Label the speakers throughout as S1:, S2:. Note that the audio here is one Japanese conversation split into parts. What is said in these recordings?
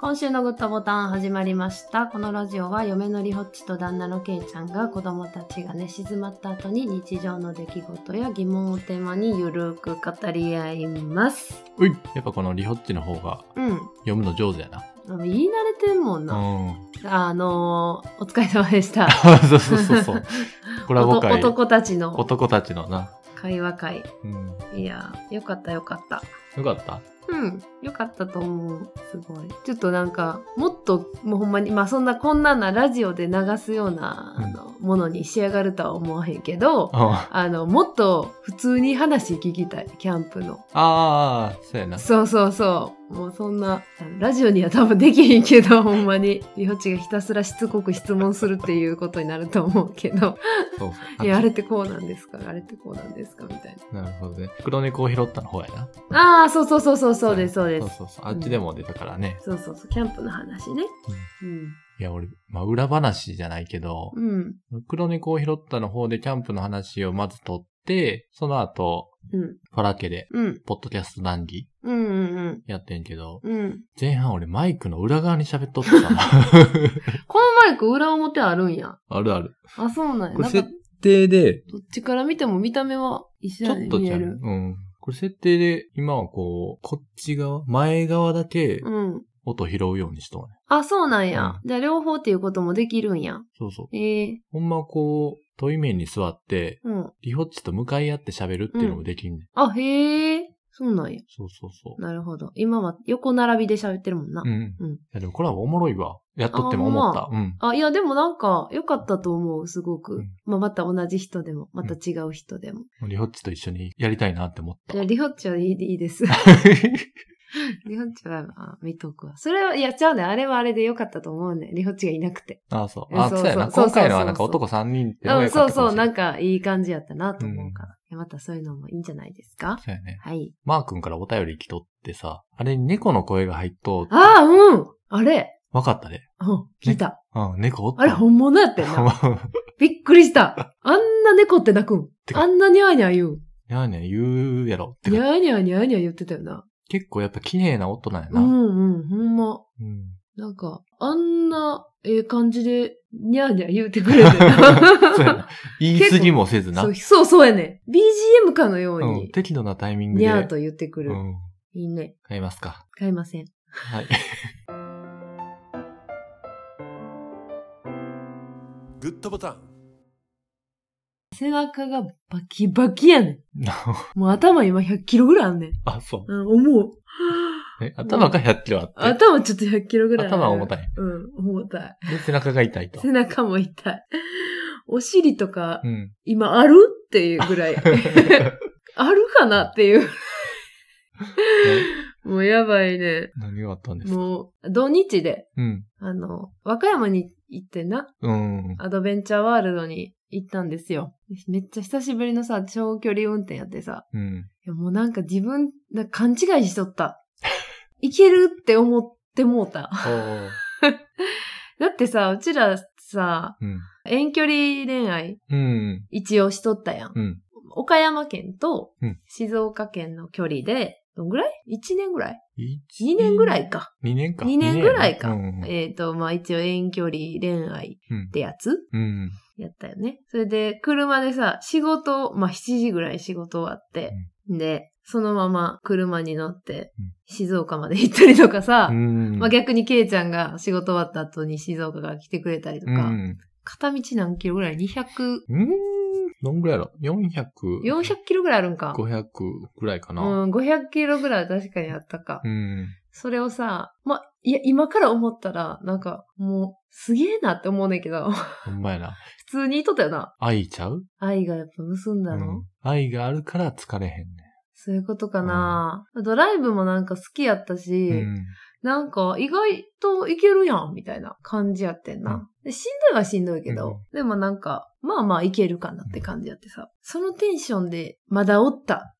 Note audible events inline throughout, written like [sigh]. S1: 今週のグッドボタン始まりました。このラジオは嫁のりほっちと旦那のけいちゃんが子供たちが寝静まった後に日常の出来事や疑問をテーマにゆるく語り合います。
S2: ういやっぱこのリホッチの方が
S1: うん。
S2: 読むの上手やな。
S1: あ言い慣れてんもんな。
S2: うん。
S1: あのー、お疲れ様でした。
S2: [laughs] そうそうそ
S1: [laughs]
S2: うそう。コラボ
S1: 男
S2: 会。
S1: 男たちの
S2: 男たちのな。
S1: 会話会。
S2: うん。
S1: いやー、よかったよかった。
S2: よかった
S1: うん、よかったと思う。すごい。ちょっとなんか、もっと、もうほんまに、まあそんなこんななラジオで流すような、
S2: うん
S1: あの、ものに仕上がるとは思わへんけど、
S2: うん。あ
S1: あの、もっと普通に話聞きたい、キャンプの。
S2: あー、そうやな。
S1: そうそうそう。もうそんな、あのラジオには多分できへんけど、ほんまに、りほちがひたすらしつこく質問するっていうことになると思うけど、
S2: そうそう。
S1: いや、あれってこうなんですかあれってこうなんですかみたい
S2: なるほどね。黒猫を拾ったの方やな。
S1: な。ああ、そうそうそうそう、そうです、そうで
S2: そう
S1: す。
S2: そうそう。あっちでも出たからね。
S1: そうそうそう、キャンプの話ね。うん。
S2: いや、俺、まあ、裏話じゃないけど、
S1: うん。
S2: 黒猫を拾ったの方でキャンプの話をまず取って、その後、
S1: うん。
S2: ファラ家で、
S1: うん。
S2: ポッドキャスト談義
S1: うんうん
S2: やってんけど、
S1: うん。うん。
S2: 前半俺マイクの裏側に喋っとっ
S1: [laughs]
S2: たな。
S1: このマイク裏表あるんや。
S2: あるある。
S1: あ、そうなんや。
S2: これ
S1: なんか、
S2: 設
S1: ど
S2: 定で、
S1: っちから見ても見た目は一
S2: ち
S1: 緒
S2: ょ
S1: に
S2: っと
S1: 見
S2: じゃ
S1: え
S2: ん。
S1: る。
S2: うん。これ設定で、今はこう、こっち側、前側だけ
S1: うん。
S2: 音拾うようにしとんね。
S1: あ、そうなんや。
S2: う
S1: じゃあ両方っていうこともできるんや。
S2: そうそう。
S1: ええ
S2: ほんまこう、対面に座って、
S1: うん。
S2: リホッチと向かい合って喋るっていうのもできんね、
S1: あ、へえ。そうなんや。
S2: そうそうそう。
S1: なるほど。今は横並びで喋ってるもんな。
S2: うん。
S1: うん
S2: いやでもこれはおもろいわ。やっとっても思った。うん。
S1: あ、いや、でもなんか、良かったと思う、すごく。
S2: うん
S1: まあ、また同じ人でも、また違う人でも。
S2: リホッチと一緒にやりたいなって
S1: [laughs]
S2: 思った。
S1: いや、リホッチはいいいいです。リホッチは、あ見とくわ。それは、いや、ちゃうねん。あれはあれでよかったと思うねん。リホッチがいなくて。
S2: ああ、そう。
S1: うん
S2: ああ、
S1: そ
S2: そうう
S1: そう
S2: や
S1: そ
S2: な。
S1: うそう
S2: 今回のはなん
S1: そ
S2: か
S1: うそう
S2: 男3人ってのが
S1: うん、
S2: 良か
S1: そ
S2: っ
S1: う
S2: たか
S1: そ
S2: も
S1: う、
S2: しれな
S1: ないんかいい感じやったなと思うから。
S2: う
S1: いやまたそういうのもいいんじゃないですか
S2: そうやね。
S1: はい。
S2: マー君からお便り来とってさ、あれに猫の声が入っとう、
S1: ああ、うんあれ
S2: わかったで。
S1: うん、聞いた。
S2: うん、猫おった。
S1: あれ本物やってんな。びっくりした。あんな猫って泣くん。
S2: てか
S1: あんなにゃーにゃー言う。
S2: い [laughs] やね、言うやろ。て
S1: に
S2: か、
S1: ゃーにゃーにゃーにゃー言ってたよな。
S2: 結構やっぱ綺麗な音なんや
S1: う
S2: な。
S1: んうん、ほんま。
S2: うん。
S1: なんか、あんな、ええ感じで、にゃーにゃー言うてくれてな
S2: [laughs] そうや
S1: [laughs]
S2: な。言い過ぎもせずな。
S1: そううそうそうやね。BGM かのように
S2: ん、、適度なタイミングで。
S1: にゃーと言ってくる。
S2: うん。
S1: いいね。
S2: 買いますか。
S1: 買いません。
S2: はい。
S3: [laughs] グッドボタン
S1: 背中がバキバキやねん。もう頭今100キロぐらいあんねん。
S2: [laughs] あ、そ
S1: うん、思う。
S2: う。え頭が100キロあって。
S1: 頭ちょっと100キロぐらいある。
S2: 頭は重たい。
S1: うん、重たい。
S2: で、背中が痛いと。
S1: 背中も痛い。お尻とか、 [laughs]
S2: うん。
S1: 今あるっていうぐら
S2: [laughs]
S1: い。あるかなっていう。もうやばいね。
S2: 何があったんですか
S1: もう、土日で、
S2: うん。
S1: あの、和歌山に行ってな、
S2: うん。
S1: アドベンチャーワールドに行ったんですよ。めっちゃ久しぶりのさ、長距離運転やってさ、
S2: うん。
S1: いやもうなんか自分、なんか勘違いしとった。 [laughs] いけるって思ってもうた。 [laughs]
S2: おー
S1: だってさ、うちらさ、
S2: うん。
S1: 遠距離恋愛
S2: うん。
S1: 一応しとったやん。
S2: うん。
S1: 岡山県と
S2: うん
S1: 静岡県の距離で、どんぐらい ?1 年ぐらい
S2: 一
S1: ?2 年ぐらいか。
S2: 二年か。
S1: 2年ぐらいか。
S2: 二年やな
S1: えっ、と、まあ一応遠距離恋愛
S2: うん
S1: ってやつ
S2: うん。うん。
S1: やったよね。それで、車でさ、仕事、まあ、7時ぐらい仕事終わって、で、そのまま車に乗って
S2: うん、
S1: 静岡まで行ったりとかさ、
S2: うん
S1: まあ、逆にケイちゃんが仕事終わった後に静岡から来てくれたりとか、
S2: うん。
S1: 片道何キロぐらい ?200、
S2: うーん。どんぐらいやろ ?400。
S1: 400キロぐらいあるんか。
S2: 500ぐらいか
S1: う
S2: な。
S1: ん、500キロぐらいは確かにあったか。
S2: うん。
S1: それをさ、まあ、いや、今から思ったら、なんか、もう、すげえなって思うねんけど、 [laughs] 普
S2: ほんまやな。
S1: 通に言っとったよな。
S2: 愛ちゃう
S1: 愛がやっぱ結んだの、
S2: うん愛があるから疲れへんね。
S1: そういうことかな、ドライブもなんか好きやったし、
S2: うん。
S1: なんか意外といけるやん、みたいな感じやってんな。でしんどいはしんどいけど、でもなんか、まあまあいけるかなって感じやってさ。そのテンションでまだおった。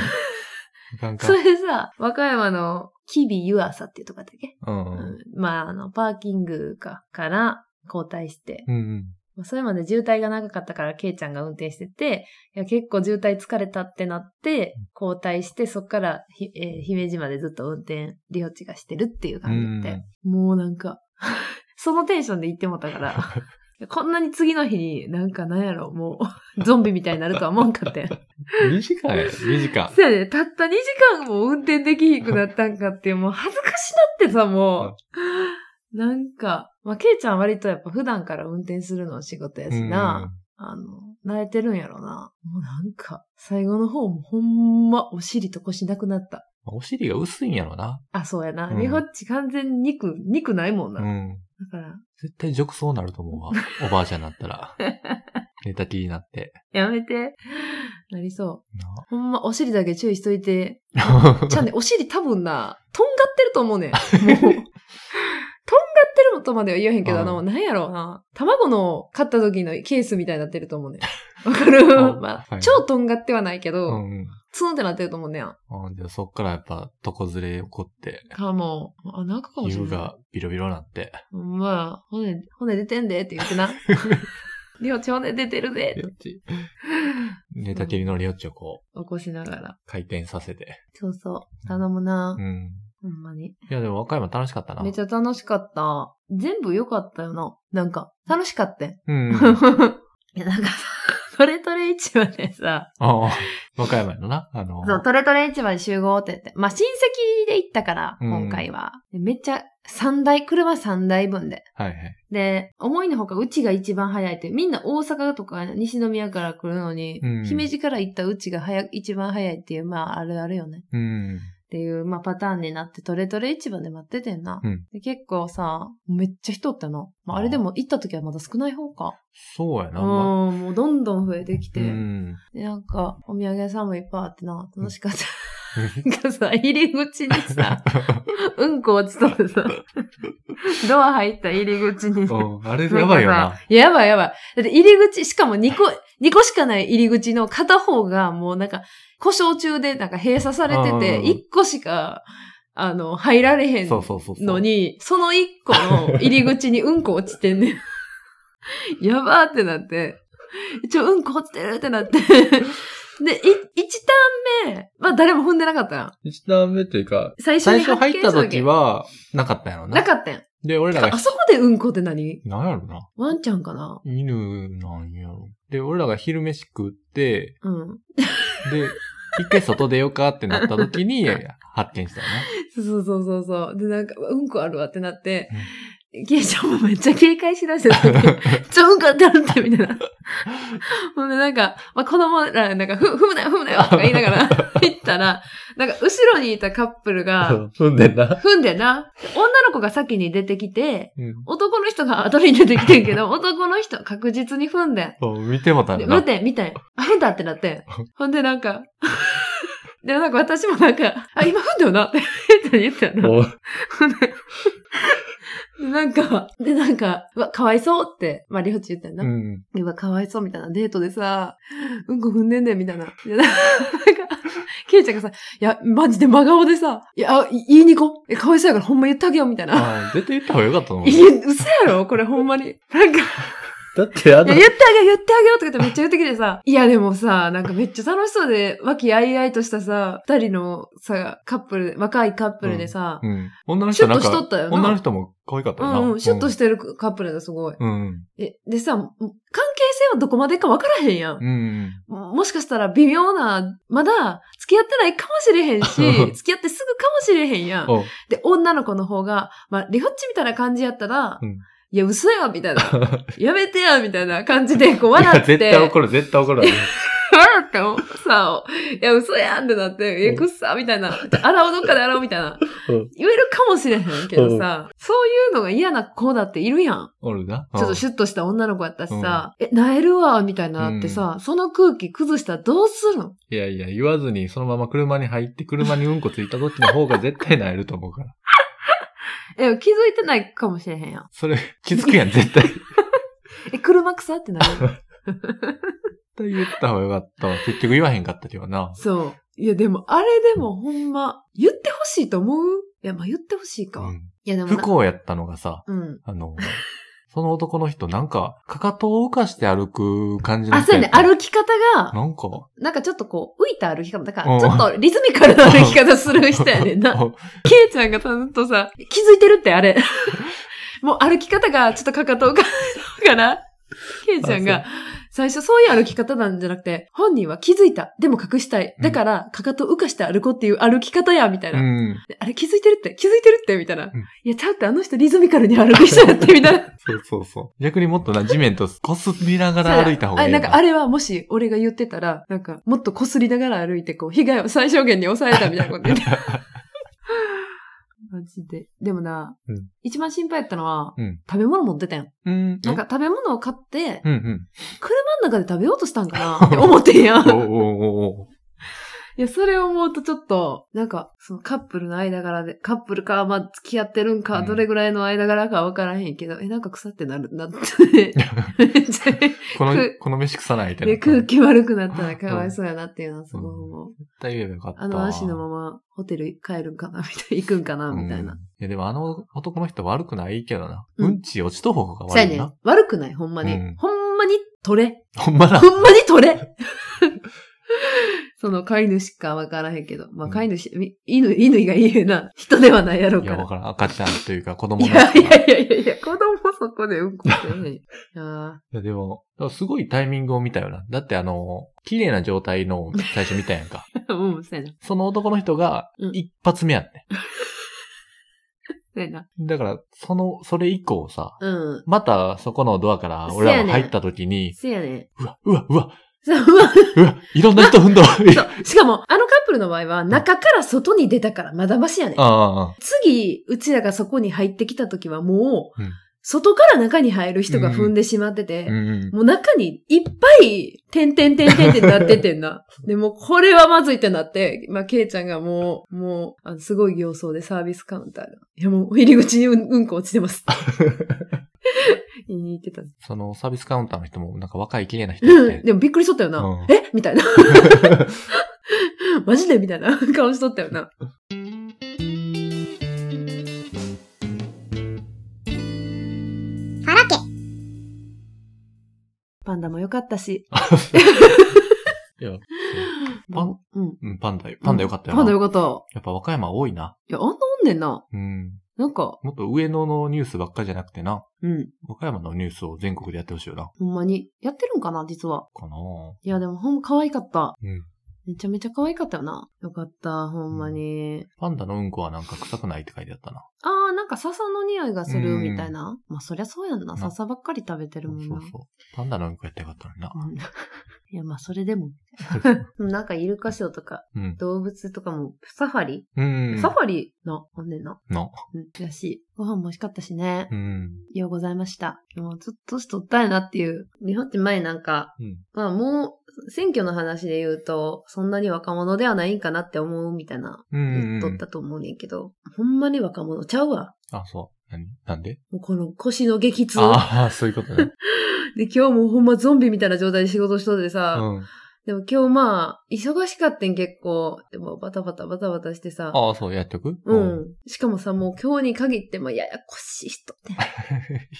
S2: あかんか
S1: そ。れさ、和歌山のキビ湯浅っていうとこだったっけ、
S2: うん。
S1: うん、まああの、パーキングか、から交代して、
S2: うん。
S1: まあ、それまで渋滞が長かったから、ケイちゃんが運転してて、いや結構渋滞疲れたってなって、交代して、そっからひ、えー姫路までずっと運転、リホッチがしてるっていう感じだったよもうなんか、 [laughs] そのテンションで行ってもった [laughs] から、こんなに次の日になんかなんやろ、もう、ゾンビみたいになるとは思わんかった [laughs] よ。
S2: 2時間やろ、2時間。
S1: そやで、たった2時間も運転できひくなったんかっていう、もう恥ずかしなってさ、もう。なんか、まあ、ケイちゃんは割とやっぱ普段から運転するの仕事やしな、あの、慣れてるんやろな。もうなんか、最後の方もほんまお尻と腰なくなった。
S2: うんお尻が薄いんやろな。
S1: あ、そうやな。
S2: うん
S1: リホッチ完全に肉、肉ないもんな。
S2: うん。
S1: だから、
S2: 絶対褥瘡なると思うわ。おばあちゃんになっ
S1: [laughs]
S2: たら。寝たきりになって。
S1: やめて。なりそう。
S2: な
S1: ほんまお尻だけ注意しとい
S2: [laughs]
S1: て。
S2: あ
S1: じゃあね、お尻多分な、とんがってると思う [laughs] ねん。もう。とんがってるとまでは言わへんけど、あの、
S2: う
S1: なんやろうな。卵の買った時のケースみたいになってると
S2: [laughs]
S1: 思うねん。わかる
S2: あ
S1: まあ、
S2: はい
S1: 超とんがってはないけ
S2: [laughs] う
S1: ど、
S2: ん。
S1: ツンってなってると思うねん。
S2: うん、でそっからやっぱ、床ずれ起こって、
S1: かも。あ、なんかかもしれ
S2: 湯
S1: ない
S2: が。ビロビロなって。
S1: ほんまあ、骨、骨出てんでって言って
S2: [laughs]
S1: な。りょうち骨出てるでって
S2: 寝たきりのリオッチをこう、
S1: 起こしながら。
S2: 回転させて。
S1: そうそう。頼むな
S2: う。ん。
S1: ほんまに。
S2: いや、でも和歌山楽しかったな。
S1: めっちゃ楽しかった。全部良かったよな。なんか、楽しかったん。
S2: うん。
S1: [laughs] いや、なんかさ、 [laughs] トレトレ市場でさ、
S2: ああ、和歌山のな、あの、
S1: そう、トレトレ市場に集合って言って、まあ、親戚で行ったから、
S2: うん
S1: 今回は。でめっちゃ、3台、車3台分で。
S2: はいはい。
S1: で、思いのほか、うちが一番早いって、みんな大阪とか西宮から来るのに、
S2: うん
S1: 姫路から行ったうちが早く、一番早いっていう、まあ、あるあるよね。
S2: うん。
S1: っていう、まあ、パターンになって、トレトレ市場で待っててんな。
S2: うん
S1: で結構さ、めっちゃ人おったな。まあ、あれでも行った時はまだ少ない方か。
S2: そうや
S1: う
S2: な、
S1: ん、
S2: まあ
S1: もうどんどん増えてき [laughs] て。
S2: うん。 [laughs]
S1: で、なんか、お土産屋さんもいっぱいあってな、楽しかった。なんかさ、入り口に
S2: [laughs]
S1: さ、うんこ落ちとってさ、ドア入った入り口に。
S2: うん、あれやばいよ
S1: なん
S2: な
S1: か。さ。やばいやばい。だって入り口、しかも2個、2個しかない入り口の片方がもうなんか、故障中でなんか閉鎖されて
S2: う
S1: て、
S2: ん
S1: 1個しか、あの、入られへん
S2: そうそうそうそう。
S1: のに、その1個の入り口にうんこ落ちてんねん。 [laughs] やばーってなって。ちょ、うんこ落ちてるってなって。で、い、1ターン目、まあ誰も踏んでなかったな。
S2: 一段目っていうか、
S1: 最初
S2: 最
S1: に
S2: 初入った時
S1: は、
S2: は、なかったんやろな。
S1: なかったん。
S2: で、俺らが
S1: あ、そこでうんこって何
S2: なんやろな。
S1: ワンちゃんかな
S2: 犬なんやろ。で、俺らが昼飯食って、
S1: うん。
S2: で、一回外出ようかってなった時
S1: [laughs]
S2: に、発見したよ
S1: そうそうそうそうそう。で、なんか、うわうんこあるわってなって、ケイちゃんもめっちゃ警戒しだしてたんだ
S2: [laughs]
S1: けどちょ、うんこあってあるって、みたいな。ほんで、なんか、まあ、子供ら、なんか、ふ、踏むなよ、踏むなよ、とか言いながら [laughs] 行ったら、なんか、後ろにいたカップルが、
S2: な。踏んでんな。
S1: 踏んでな、女の子が先に出てきて、
S2: うん。
S1: 男の人が [laughs] 後に出てきてんけど、男の人確実に踏んでん。
S2: そう見てもたん
S1: で、
S2: や
S1: 見
S2: な。
S1: て、見て。あ、踏んだってなって。ほんで、なんか、 [laughs] で、なんか私もなんか、あ、今踏んだよなって、 [laughs] 言ったよな。
S2: お
S1: で、なんか、で、なんか、うわ、かわいそうって、まあ、りほち言ったよな。
S2: うん。
S1: うわ、かわいそうみたいな、デートでさ、うんこ踏んでんねん、みたいな。いやなんか、ケイちゃんがさ、いや、マジで真顔でさ、いや、あい言いに行こう。え、かわいそうやからほんま言ってあげよう、みたいな。
S2: あ出て行った方がよかったの
S1: いや、嘘やろこれほんまに。なんか、い
S2: だって、あ
S1: や、言ってあげよう、言ってあげようとか言ってめっちゃ言ってきてさ、いや、でもさ、なんかめっちゃ楽しそうで、和気あいあいとしたさ、二人のさ、カップル、若いカップルでさ、
S2: うん。女の
S1: シ
S2: 人
S1: ュッ
S2: なん
S1: としと
S2: か、
S1: ったよな。
S2: 女の人も可愛かったよな。
S1: うんうん、シュッとしてるカップルだ、すごい。
S2: うん。
S1: え、でさ、関係性はどこまでか分からへんやん。
S2: うん。
S1: ももしかしたら微妙な、まだ付き合ってないかもしれへんし、
S2: [laughs]
S1: 付き合ってすぐかもしれへんやん。
S2: お
S1: で、女の子の方が、まあ、リホッチみたいな感じやったら、
S2: うん
S1: いや、嘘やみたい
S2: [laughs]
S1: な。やめてやみたいな感じ [laughs] で、こう、笑って。
S2: 絶対怒る、絶対怒る。
S1: 笑ったのさ、いや、嘘やんってなって、いや、くっさみたいな。洗おう、どっかで洗おうみたいな
S2: うん。
S1: 言えるかもしれへんけどさ、そういうのが嫌な子だっているやん。
S2: おるな。
S1: ちょっとシュッとした女の子やったしさ、え、なえるわ、みたいなってさ、その空気崩したらどうするん
S2: いやいや、言わずに、そのまま車に入って、車にうんこついた時の方が絶対なえると思うから。
S1: え、気づいてないかもしれへんやん。
S2: それ、気づくやん、絶対。絶
S1: え、車草ってなる
S2: [laughs] 対言った方がよかったわ。結局言わへんかったけどな。
S1: そう。いや、でも、あれでもほんま、言ってほしいと思ういや、まあ、言ってほしいか。
S2: うん
S1: いや、でも
S2: 不
S1: な、
S2: 幸やったのがさ、
S1: うん。
S2: あの、その男の人、なんか、かかとを浮かして歩く感じの
S1: あ、そうや
S2: 人や
S1: ね
S2: っ。た。
S1: 歩き方が、
S2: なんか、
S1: なんかちょっとこう、浮いた歩き方。だか
S2: う
S1: ら、
S2: ん
S1: ちょっとリズミカルな歩き方する人やねん
S2: [laughs]
S1: な。ケイちゃんがずっとさ、気づいてるってあ [laughs] れ。もう歩き方がちょっとかかと浮かぶから、ケイちゃん
S2: あ
S1: が、最初そういう歩き方なんじゃなくて、本人は気づいた。でも隠したい。だから、かかと浮かして歩こうっていう歩き方や、みたいうな。
S2: ん。
S1: であれ気づいてるって気づいてるってみたいな。
S2: ん
S1: いや、ちゃうってあの人リズミカルに歩く人やって、みたいな。
S2: そうそうそう。逆にもっとな、地面とこすりながら歩いた方がいい
S1: あ
S2: よ。
S1: なんかあれはもし俺が言ってたら、なんかもっと擦りながら歩いて、こう、被害を最小限に抑えたみたいなこと
S2: [laughs]
S1: 言ってた。マジで。でもな、
S2: うん
S1: 一番心配やったのは、
S2: うん
S1: 食べ物持ってたやん。
S2: うん。
S1: なんか食べ物を買って、
S2: うんうん。
S1: 真ん中で食べようとしたんか
S2: [laughs]
S1: なって思ってんや
S2: おーお
S1: ん。
S2: ーお
S1: いや、それを思うとちょっと、なんか、そのカップルの間柄で、カップルか、まあ、付き合ってるんか、
S2: うん
S1: どれぐらいの間柄かわからへんけど、え、なんか腐ってなる、な
S2: [laughs]
S1: って。
S2: ーおー
S1: めっちゃ
S2: この
S1: く、
S2: この飯臭ないみたいな。
S1: で、空
S2: 絶
S1: 気悪くなったらかわいそうやなっていうのはすごい思う。
S2: 対言えばよかった。
S1: あの足のままホテル帰るんかなみたいな、行くんかなみたい
S2: うん
S1: な。
S2: いや、でもあの男の人悪くないけどな。
S1: う
S2: うんんち落ちた方が
S1: そうや
S2: 悪い
S1: ね
S2: な。。
S1: 悪くない、ほんまに。
S2: うん
S1: ほんまに取れ。
S2: ほんまな。
S1: ほんまに取
S2: [laughs]
S1: れ。その飼い主かわからへんけど。まあ
S2: うん
S1: 飼い主、み犬、犬が言えな。人ではないやろう
S2: い
S1: か
S2: や、わ
S1: ら。
S2: からん。赤ちゃんというか子供
S1: い
S2: のや
S1: や
S2: つ
S1: い
S2: が。
S1: やい
S2: い
S1: やいやいや、子供そこでうんこせえへん。いやー [laughs]
S2: や、でも、でもすごいタイミングを見たよな。だってあの、綺麗な状態のを最初見たやん
S1: [laughs]
S2: か。
S1: うん、そうやな。
S2: その男の人が
S1: うん
S2: 一発目やって。
S1: そうやな。
S2: だから、その、それ以降さ、
S1: うん。
S2: またそこのドアから俺らが入った時に、
S1: そうやね。
S2: うわ、うわ、うわ、
S1: そう、うわ
S2: うわ、いろんな人踏んだわ。
S1: [laughs] そうしかも、あのカップルの場合は、中から外に出たからまだましやね。
S2: ああ、
S1: 次、うちらがそこに入ってきた時はもう、
S2: うん
S1: 外から中に入る人が踏んでしまってて、
S2: うん。
S1: もう中にいっぱい、てんてんてんてんってなっててんな。で、もうこれはまずいってなって、まあ、ケイちゃんがもう、もう、あのすごい形相でサービスカウンターが。いや、もう入り口にうんうんこ落ちてます。言いに行ってた。
S2: そのサービスカウンターの人もなんか若い綺麗な人やっ
S1: うん [laughs]
S2: て。
S1: でもびっくりしとったよな。
S2: うん
S1: えみたいな。マジでみたいな [laughs] 顔しとったよな。
S4: 原家。
S1: パンダも良かったし。
S2: [laughs] いや、そうパン
S1: うん。
S2: うん、パンダよ、パンダよかったよな。
S1: パンダよかった。
S2: やっぱ和歌山多いな。
S1: いや、あんなおんねんな。
S2: うん。
S1: なんか、
S2: もっと上野のニュースばっかりじゃなくてな、
S1: うん。
S2: 和歌山のニュースを全国でやってほしいよな。
S1: ほんまに。やってるんかな、実は。
S2: かない
S1: や、でもほんま可愛かった。
S2: うん。
S1: めちゃめちゃ可愛かったよな。よかった、ほんまに。
S2: パンダのうんこはなんか臭くないって書いてあったな。
S1: あー、なんか笹の匂いがする
S2: うん
S1: みたいな。まあ、そりゃそうやんな。
S2: な
S1: 笹ばっかり食べてる
S2: そ
S1: も
S2: うんそ
S1: な
S2: う。そう。パンダのうんこやってよかったのにな。
S1: うん [laughs] いや、まあ、それでも。でも [laughs] なんかイルカショーとか、
S2: うん。
S1: 動物とかも、サファリ、
S2: うん。
S1: サファリな、ほんねんな。
S2: の。
S1: うん、らしい。ご飯も美味しかったしね。
S2: うん。
S1: ようございました。もうずっとしとったいなっていう。日本って前なんか、
S2: うん
S1: まあもう、選挙の話で言うと、そんなに若者ではないんかなって思うみたいな、
S2: う
S1: 言っ
S2: ん
S1: とったと思うねんけど、ほんまに若者ちゃうわ。
S2: あ、そう。何なんで
S1: もうこの腰の激痛。
S2: ああ、 [laughs] そういうことね。
S1: で、今日もほんまゾンビみたいな状態で仕事しとって
S2: う
S1: さ、
S2: ん。
S1: でも今日まあ、忙しかってん結構。でもバタバタバタバタしてさ、
S2: ああ、そう、やっとく
S1: う。 [laughs] ん。しかもさ、もう今日に限ってもややこしい人って。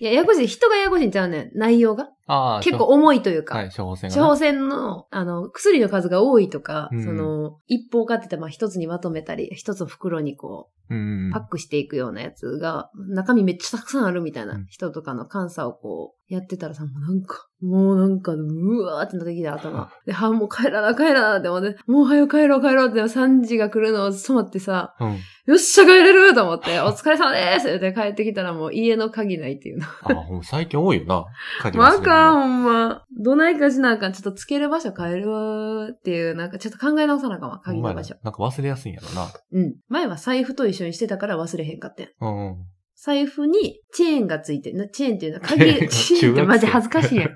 S1: いやややこしい。人がややこしいんちゃうねん。内容が。
S2: ああ、
S1: 結構重いという
S2: 処方、
S1: か
S2: はい、。処方箋が
S1: 処
S2: な。
S1: 方箋の、あの、薬の数が多いとか、
S2: うん
S1: その、一方買ってて、まあ一つにまとめたり、一つを袋にこ
S2: うん。
S1: う、パックしていくようなやつが、中身めっちゃたくさんあるみたいな
S2: うん
S1: 人とかの監査をこう、やってたらさ、もうなんか、もうなんか、うわーってなってきた
S2: [laughs]
S1: 頭。で、はもう帰らな帰らなって思って、もう早く帰ろう帰ろうって、3時が来るのを止まってさ、
S2: うん。
S1: よっしゃ、帰れると思って、お疲れ様ですって帰ってきたらもう家の鍵ないっていうの。
S2: あ、ほん最近多い
S1: [laughs]
S2: よな。書いて
S1: もう
S2: ます
S1: あ
S2: ね
S1: かん、ほんま。どないかしなあかん。ちょっとつける場所変えるっていう、なんかちょっと考え直さなあかんわ、
S2: ほん
S1: 鍵
S2: まや
S1: の
S2: な
S1: 場所。
S2: なんか忘れやすいんやろな。
S1: うん。前は財布と一緒にしてたから忘れへんかってん。
S2: うんうん。
S1: 財布にチェーンがついて、なチェーンっていうのは [laughs]
S2: チェーン
S1: 鍵、チ
S2: が
S1: ェーンって
S2: 中学生
S1: マジ恥ずかしい [laughs] やん。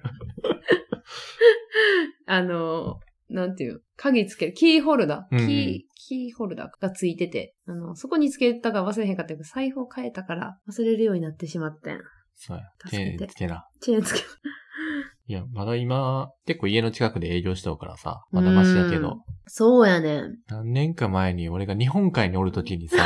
S1: あの、なんていうの、鍵つける、キーホルダー、
S2: うん
S1: キー、キーホルダーがついてて、あの、そこにつけたから忘れへんかったけど、財布を変えたから忘れるようになってしまってん。
S2: そうや。
S1: 助
S2: チ
S1: け
S2: ェ
S1: て
S2: ーンつけな。
S1: チェーンつけ、 [laughs]
S2: いや、まだ今、結構家の近くで営業しておからさ、まだマシやけ
S1: うん
S2: ど、
S1: そうやねん。 [laughs]
S2: 何年か前に俺が日本海におるときにさ、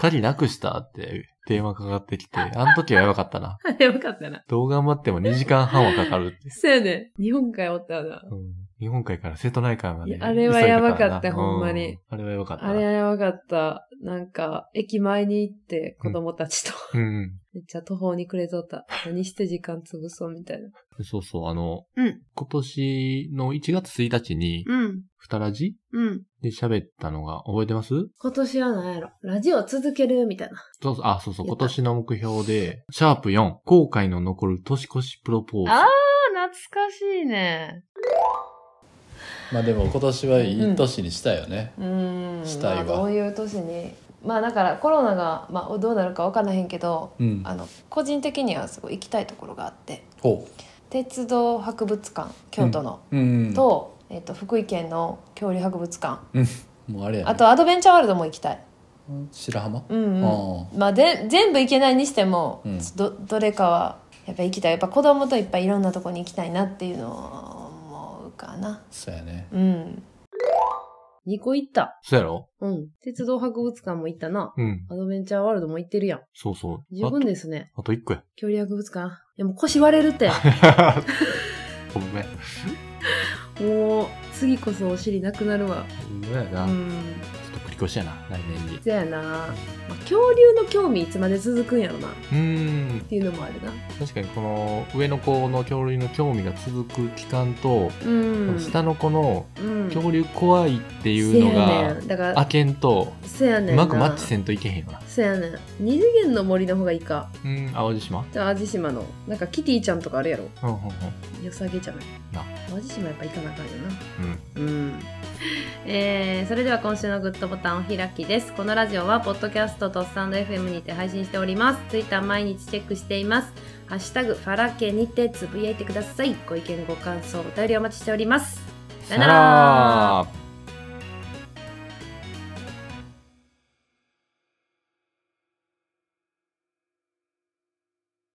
S2: 鍵なくしたって電話かかってきて、あの時はやばかったな。
S1: あれよかったな。
S2: どう頑張っても2時間半はかかるって。
S1: そうやね。日本海おったよな。
S2: うん、日本海から瀬戸内海まで、
S1: いやあれは
S2: 急いだらな
S1: やばかったほんまに
S2: うあれはやばかったな。
S1: あれはやばかった。なんか、駅前に行って子供たちと、
S2: うん。
S1: めっちゃ途方に暮れとった。何して時間潰そうみたいな。
S2: そうそう、あの、
S1: うん
S2: 今年の1月1日に、
S1: うん。
S2: ふたらじ
S1: うん。
S2: で喋ったのが覚えてます
S1: 今年は何やろラジオ続けるみたいな。
S2: そうそう、あ、そうそう、
S1: 言っ
S2: 今
S1: た
S2: 年の目標で、シャープ4、後悔の残る年越しプロポーズ。
S1: あー、懐かしいね。
S4: まあでも今年はいい年にしたよね、
S1: うーん。
S4: したいわ
S1: まあどういう年に。まあだからコロナが、まあどうなるかわからへんけど、
S4: うん
S1: あの、個人的にはすごい行きたいところがあって、
S4: ほ
S1: 鉄道博物館、京都の、
S4: う、うん、
S1: と、えっと、福井県の恐竜博物館。
S4: もうあれや、ね、
S1: あと、アドベンチャーワールドも行きたい。
S4: 白浜
S1: うんうん。
S4: ああ
S1: まあ、で全部行けないにしても、
S4: うん
S1: どどれかはやっぱ行きたいやっぱ子供といっぱいいろんなとこに行きたいなっていうのを思うかな
S4: そうやね
S1: うん2個行った
S2: そうやろ
S1: うん鉄道博物館も行ったな
S2: うん。
S1: アドベンチャーワールドも行ってるやん
S2: そうそう。
S1: 十分ですね
S2: あと。あと1個や。
S1: 恐竜博物館いやもう腰割れるって
S2: [laughs] ごめん。
S1: もう次こそお尻なくなるわ
S2: ほんまやな。
S1: う
S2: ちょっ
S1: ん
S2: と繰り越しやな、来年に。
S1: そやな、まあ、恐竜の興味いつまで続くんやろなっ
S2: うーん。
S1: ていうのもあるな
S2: 確かにこの上の子の恐竜の興味が続く期間と、
S1: うん
S2: 下の子の
S1: うん
S2: 恐竜怖いっていうの
S1: せや
S2: が
S1: ね、んだから
S2: あけんと、
S1: せやね
S2: うん
S1: な
S2: まくマッチせんといけへんよな。
S1: そやねん二次元の森の方がいいか
S2: うん、淡路島
S1: じゃあ淡路島のなんかキティちゃんとかあるやろ
S2: うん、うん、うん。
S1: よさげじゃない
S2: な
S1: 淡路島やっぱ行かなあかんよな
S2: うん。
S1: うんえーそれでは今週のグッドボタンお開きですこのラジオはポッドキャストとスタンド FM にて配信しておりますツイッター毎日チェックしていますハッシュタグファラケにてつぶやいてくださいご意見ご感想お便りお待ちしておりますさよなら
S2: さよなら